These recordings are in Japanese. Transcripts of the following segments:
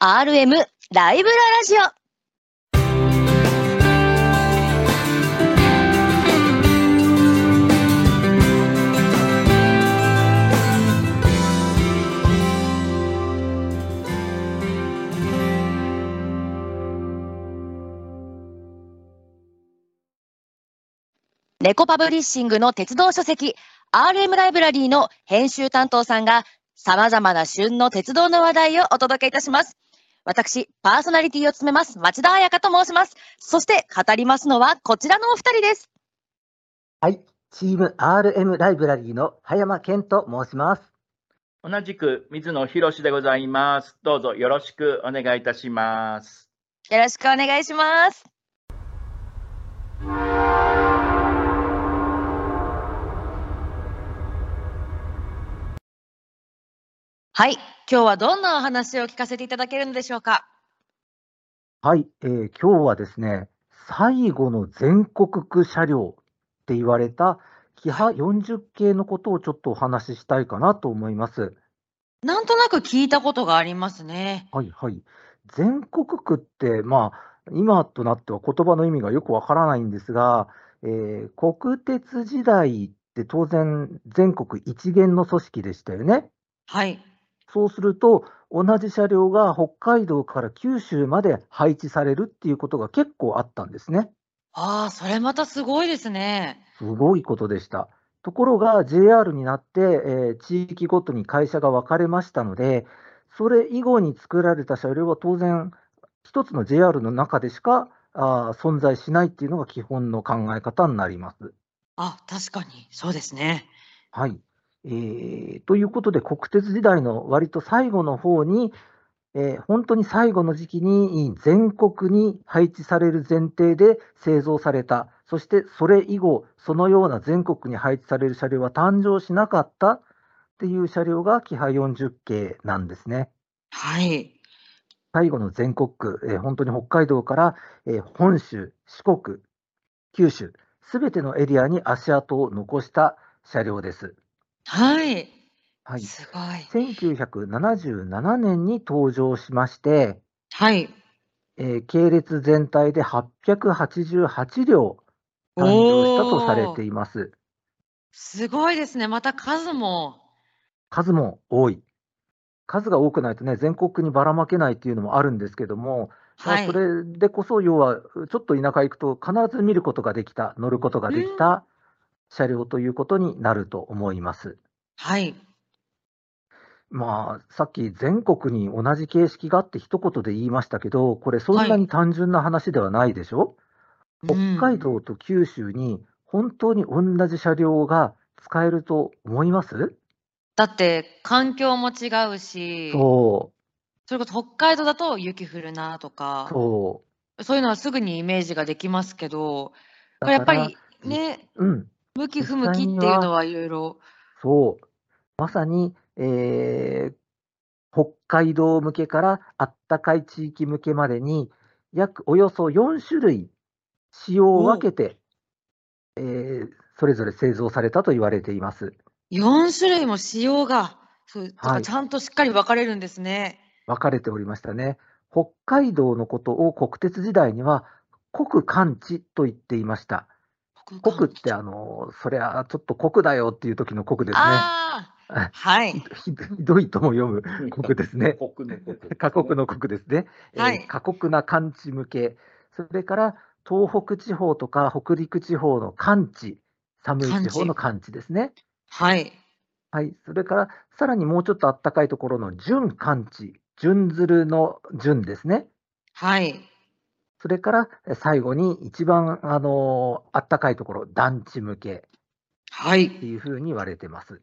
RM ライブララジオ。猫パブリッシングの鉄道書籍 RM ライブラリーの編集担当さんが様々な旬の鉄道の話題をお届けいたします。私、パーソナリティを務めます、町田彩香と申します。そして、語りますのは、こちらのお二人です。はい、チーム RM ライブラリーの葉山健と申します。同じく水野博史でございます。どうぞよろしくお願いいたします。よろしくお願いします。はい、今日はどんなお話を聞かせていただけるのでしょうか。はい、えー今日はですね、最後の全国区車両って言われた、キハ40系のことをちょっとお話ししたいかなと思います。なんとなく聞いたことがありますね。はいはい。全国区って、まあ、今となっては言葉の意味がよくわからないんですが、えー国鉄時代って当然全国一元の組織でしたよね。はい。そうすると、同じ車両が北海道から九州まで配置されるっていうことが結構あったんですね。ああ、それまたすごいですね。すごいことでした。ところが JR になって、えー地域ごとに会社が分かれましたので、それ以後に作られた車両は当然、一つの JR の中でしかあー存在しないっていうのが基本の考え方になります。あ、確かに。そうですね。はい。えーということで、国鉄時代の割と最後の方に、えー本当に最後の時期に全国に配置される前提で製造された、そしてそれ以後、そのような全国に配置される車両は誕生しなかったっていう車両がキハ40系なんですね。はい。最後の全国区、えー本当に北海道から、えー本州、四国、九州、すべてのエリアに足跡を残した車両です。はい。はい、すごい。 1977年に登場しまして、はい。えー系列全体で888両誕生したとされておーいます。すごいですね。また数も。数も多い。数が多くないとね、全国区にばらまけないっていうのもあるんですけども、まあはいそ。れでこそ、要はちょっと田舎行くと必ず見ることができた、乗ることができた車両ということになると思います。はい。まあ、さっき全国に同じ形式があって一言で言いましたけど、これそんなはいに単純な話ではないでしょ、北海道と九州に本当に同じ車両が使えると思いますだって環境も違うし、そそれこそ北海道だと雪降るなとう、か、そそういうのはすぐにイメージができますけど、う。これやっぱだかりね、ら、うん、向き実不向きっていう際にはのはいろいろ。そう。まさに、えー北海道向けからあったかい地域向けまでに、約およそ4種類、仕様を分けて、えーそれぞれ製造されたと言われています。 4種類も仕様が、そうだからはいちゃんとしっかり分かれるんですね。分かれておりましたね。北海道のことを国鉄時代には、国寒地と言っていました。国国って、あの、そりゃ、ちょっと国だよっていう時の国ですね。ああ、はい。ひどひどいとも読む国ですね。国の国。過酷の国ですね、えーはい過酷な寒地向け、それから東北地方とか北陸地方の寒地、寒い地方の寒地ですね、はい。はい、それからさらにもうちょっとあったかいところの準寒地、準ずるの準ですね、はい。それからえー最後に一番、あのーあったかいところ、団地向けはいって。いうふうに言われてます。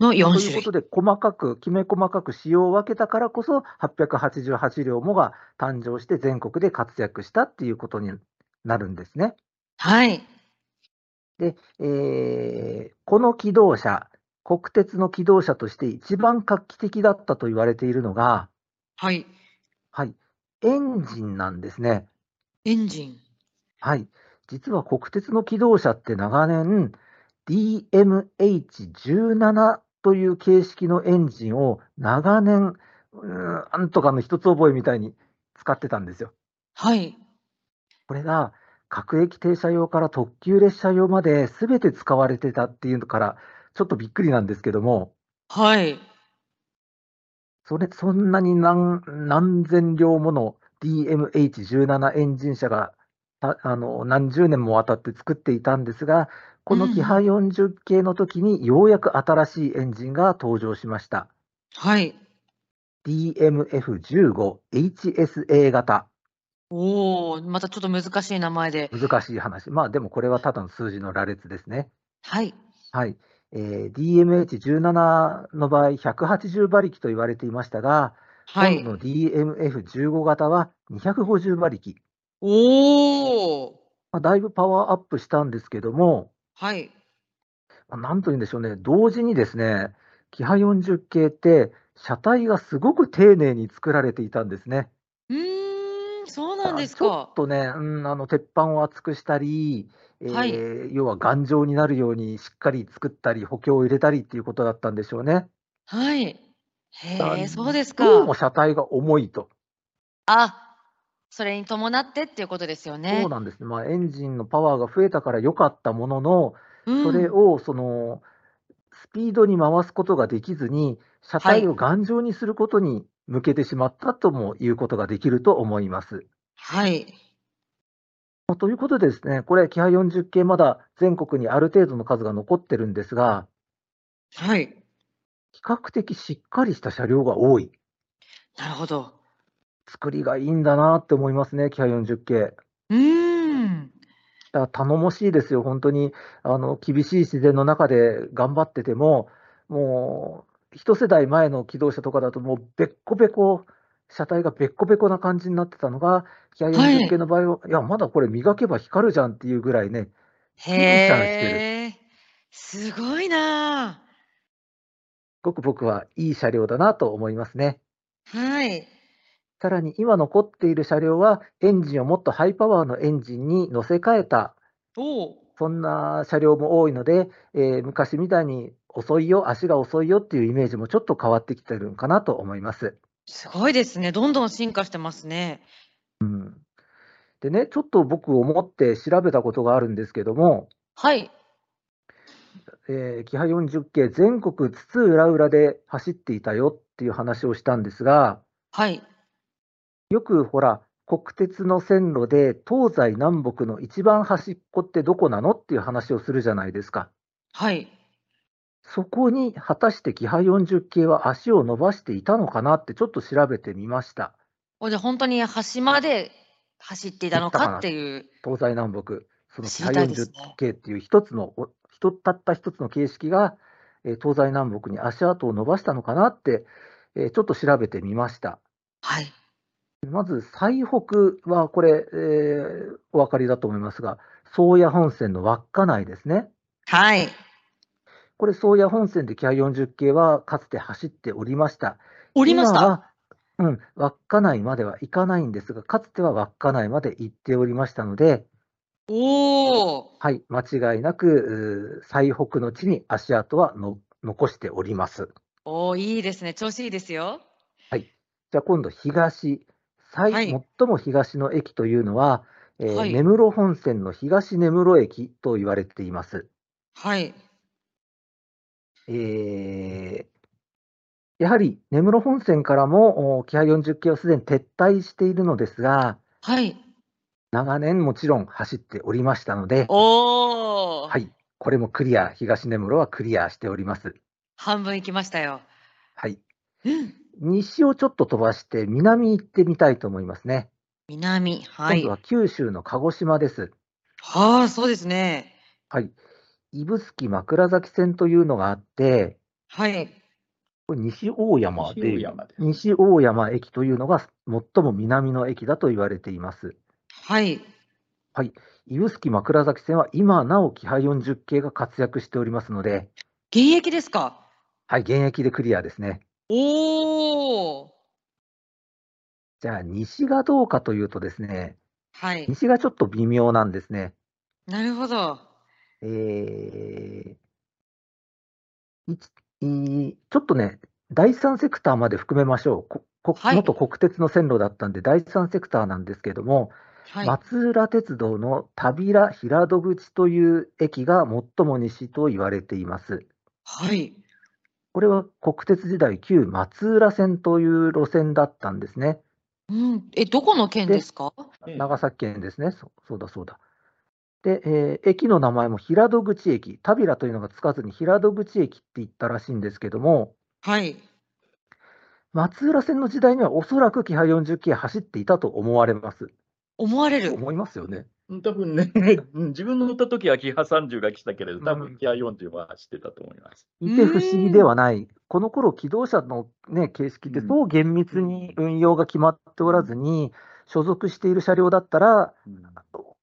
の4と種いうこ類と。で、細かく、きめ細かく仕様を分けたからこそ、888両もが誕生して全国で活躍したっていうことになるんですね。はい。えーこの機動車、国鉄の機動車として一番画期的だったと言われているのが、はい。はい、エンジンなんですね。エンジン。はい、実は国鉄の機動車って長年、DMH17 という形式のエンジンを長年、うーんなんとかの一つ覚えみたいに使ってたんですよ。はい。これが各駅停車用から特急列車用まで全て使われてたっていうのから、ちょっとびっくりなんですけども、はい。それそんなに何何千両もの DMH17 エンジン車がたあの何十年もわたって作っていたんですが、このキハ40系の時にようやく新しいエンジンが登場しました。はい。 DMF15HSA 型。おお、またちょっと難しい名前で。難しい話。まあでもこれはただの数字の羅列ですね。はい。はい。えー DMH17 の場合、180馬力と言われていましたが、はい今。度の DMF15 型は250馬力。おお。まあ、だいぶパワーアップしたんですけども、はい。まあなんと言うんでしょうね、同時にですね、キハ40系って、車体がすごく丁寧に作られていたんですね。うーん、そうなんですちょかっ。とね、うん、あの鉄板を厚くしたり、えーはい要は頑丈になるようにしっかり作ったり、補強を入れたりっていうことだったんでしょうね。はい。へえ、そうですどうもか。車体が重いと。あ、それに伴ってっていうことですよねそう。なんですね、まあ、エンジンのパワーが増えたから良かったものの、うんそれをそのスピードに回すことができずに、車はい体を頑丈にすることに向けてしまったともいうことができると思います。はい。まあということでですね、これ、キハ40系、まだ全国にある程度の数が残ってるんですが、はい。比較的しっかりした車両が多い、なるほど。作りがいいんだなって思いますね、キハ40系。うーん。だから頼もしいですよ、本当にあの厳しい自然の中で頑張ってても、もう一世代前の機動車とかだと、もうべっこべこ、車体がべっこべこな感じになってたのが、キハ40系の場合は、い、や、まだこれ磨けば光るじゃんっていうぐらいね、へえ。すごいなすごく僕はいい車両だなと思いますね。あ。はい。さらに今残っている車両は、エンジンをもっとハイパワーのエンジンに乗せ替えた、おお。そんな車両も多いので、えー昔みたいに遅いよ、足が遅いよっていうイメージもちょっと変わってきてるのかなと思います。すごいですね。どんどん進化してますね。でね、ちょっと僕思って調べたことがあるんですけども、はい。えー、キハ40系全国津々浦々で走っていたよっていう話をしたんですが、はい。よくほら、国鉄の線路で東西南北の一番端っこってどこなのっていう話をするじゃないですか。はい。そこに果たしてキハ40系は足を伸ばしていたのかなってちょっと調べてみました。おじゃあ本当に端まで走っていたのかっていう。東西南北、そのキ知ハりたいです40ね系っていう一つの、おひとたった一つの形式が、えー東西南北に足跡を伸ばしたのかなって、えーちょっと調べてみました。はい。まず、最北はこれ、えーお分かりだと思いますが、宗谷本線の稚内ですね。はい。これ、宗谷本線でキハ40系はかつて走っておりました。降りまし今た。はうん、稚内までは行かないんですが、かつては稚内まで行っておりましたので、おお。はい、間違いなく、うー最北の地に足跡はの残しております。おお、いいですね。調子いいですよ。じゃあ今度、東、最、はい最も東の駅というのは、えーはい根室本線の東根室駅と言われています。はい。えーやはり根室本線からも、おキハ40系はすでに撤退しているのですが、はい。長年もちろん走っておりましたので、おお。はい、これもクリア、東根室はクリアしております。半分いきましたよ。はい、うん。西をちょっと飛ばして、南行ってみたいと思いますね。南。は今い度。は九州の鹿児島です。はあ、そうですね。はい、指宿枕崎線というのがあって、はい。これ西大山で、塩山で西大山駅というのが最も南の駅だと言われています。はい。指宿枕崎線は今なお、キハ40系が活躍しておりますので、現役ですか。はい、現役でクリアですね。おお。じゃあ、西がどうかというとですね、はい。西がちょっと微妙なんですね。なるほど。えー、いちいいちょっとね、第三セクターまで含めましょう。ここはい元国鉄の線路だったんで、第三セクターなんですけども、はい。松浦鉄道の田平平戸口という駅が最も西と言われています。はい。これは国鉄時代、旧松浦線という路線だったんですね。うん。え、どこの県でですかうん長崎県ですね。そそうだそうだ。で、えー駅の名前も平戸口駅、田平というのがつかずに平戸口駅って言ったらしいんですけども、はい。松浦線の時代にはおそらくキハ40系走っていたと思われます。思われる。思いますよね。うん多分ね、うん自分の乗った時はキハ30が来たけれど、多う分んキハ40は走ってたと思います。いて不思議ではない。この頃機動車の、ね、形式ってうんそう厳密に運用が決まっておらずに、所属している車両だったらうん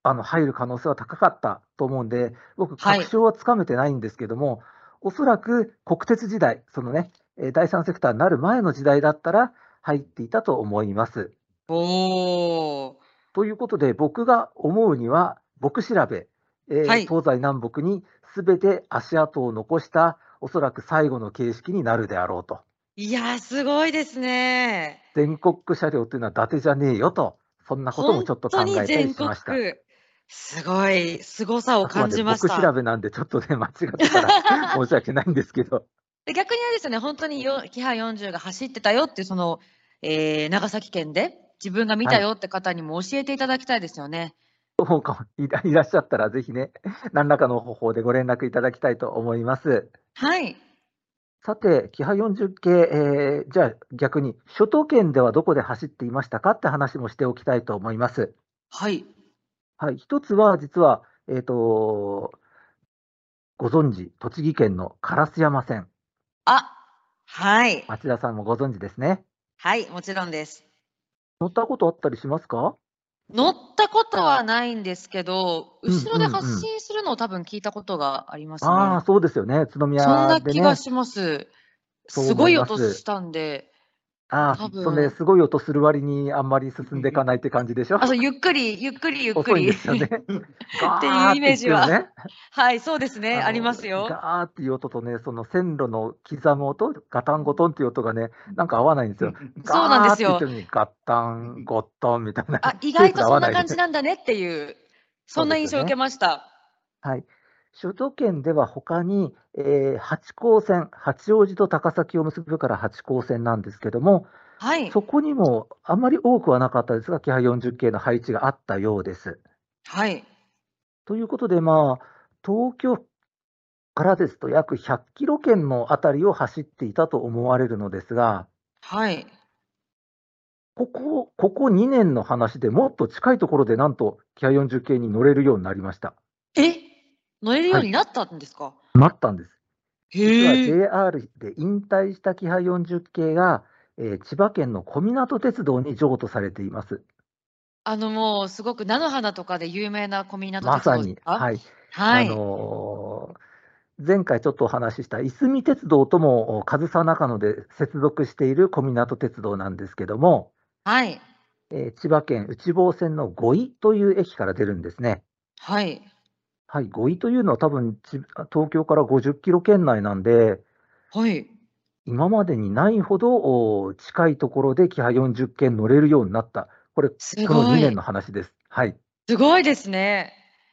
あの入る可能性は高かったと思うんで、僕、はい確証はつかめてないんですけども、おそらく国鉄時代、そのね、えー第三セクターになる前の時代だったら入っていたと思います。おー。ということで、僕が思うには、僕調べ、えーはい東西南北にすべて足跡を残した、おそらく最後の形式になるであろうと。いやー、すごいですね。全国区車両というのは伊達じゃねえよと、そんなこともちょっと考えたりしました。本当に全国すごい、凄さをあくま感でじまし僕調た。べなんで、ちょっとね、間違って たら申し訳ないんですけど、で逆にあれですよね、本当によキハ40が走ってたよっていう、その、えー長崎県で自分が見たよって方にも教えていただきたいですよね。どうかいらい らっしゃったら、ぜひね、何らかの方法でご連絡いただきたいと思います。はい。さて、キハ40系、えーじゃあ逆に、首都圏ではどこで走っていましたかって話もしておきたいと思います。はい。はい、一つは、実は、えーと、ご存知、栃木県の烏山線、あ、はい。町田さんもご存知ですね。はい、もちろんです。乗ったことあったりしますか乗ったことはないんですけど、うん後ろでうんうん発信するのを多分聞いたことがありますね。ああ、そうですよね、宇都宮そんなで気ね。がします。そうすごい思います音したんで、あ多あ、分そんですごい音する割にあんまり進んでいかないって感じでしょあ、そう、ゆっくり、ゆっくり、ゆっく遅いんり。ですよね。ガっていうーイメージはって言ってもね はい、そうですね、のありますよ。ガーっていう音とね、その線路の刻む音、ガタンゴトンっていう音がね、なんか合わないんですよ。そうなんですよガーって言ってるのにガッタンゴットンみたいな。あ、意外とそんな感ですじなんだねっていう、そんな印象を受けました。はい。首都圏では他に、えー八高線、八王子と高崎を結ぶから八高線なんですけども、はい、そこにもあまり多くはなかったですが、キハ40系の配置があったようです。はい、ということで、まあ、東京からですと約100キロ圏のあたりを走っていたと思われるのですが、はい。ここ、ここ2年の話でもっと近いところで、なんと、キハ40系に乗れるようになりました。え、乗れるようになったんですか。なったんです。実はへえ。 JR で引退したキハ40系が、えー千葉県の小湊鉄道に譲渡されています。あのもうすごく菜の花とかで有名な小湊ま鉄道さですに、か。はい。はあい。のー前回ちょっとお話ししたいすみ鉄道とも上総中野で接続している小湊鉄道なんですけども、はい。えー千葉県内房線の五井という駅から出るんですね。はい。はい、五井というのは多分ち東京から50キロ圏内なんで、はい。今までにないほどおー近いところでキハ40件乗れるようになった。これ、こすのご2年いの。話です。はい。すごいですね。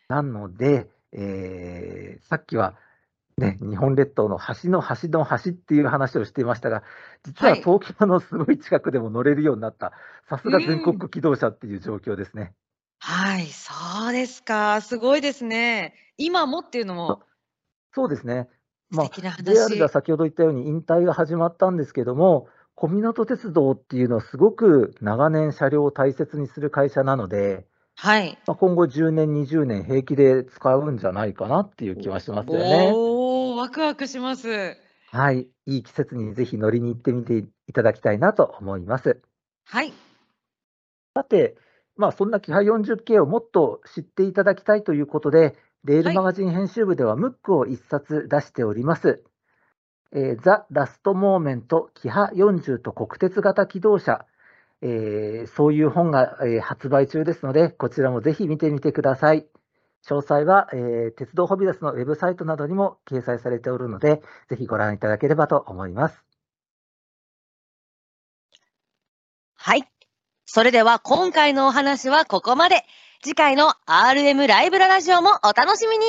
なので、えーさっきは、ね、日本列島の橋の橋の橋っていう話をしていましたが、実ははい東京のすごい近くでも乗れるようになった、さすが全国区機動車っていう状況ですね。はい、そうですか。すごいですね。今もっていうのもそうですね。素まあ、敵な話。 JR が先ほど言ったように引退が始まったんですけども、小湊鉄道っていうのはすごく長年車両を大切にする会社なので、はい。まあ、今後10年、20年平気で使うんじゃないかなっていう気はしますよね。おお、ワクワクします。はい。いい季節にぜひ乗りに行ってみていただきたいなと思います。はい。さて、まあ、そんなキハ 40K をもっと知っていただきたいということで、レールマガジン編集部ではムックを一冊出しております。えーザ・ラスト・モーメント・キハ40と国鉄型機動車、えーそういう本が、えー発売中ですので、こちらもぜひ見てみてください。詳細は、えー鉄道ホビラスのウェブサイトなどにも掲載されておるので、ぜひご覧いただければと思います。はい。それでは今回のお話はここまで。次回の RM ライブララジオもお楽しみに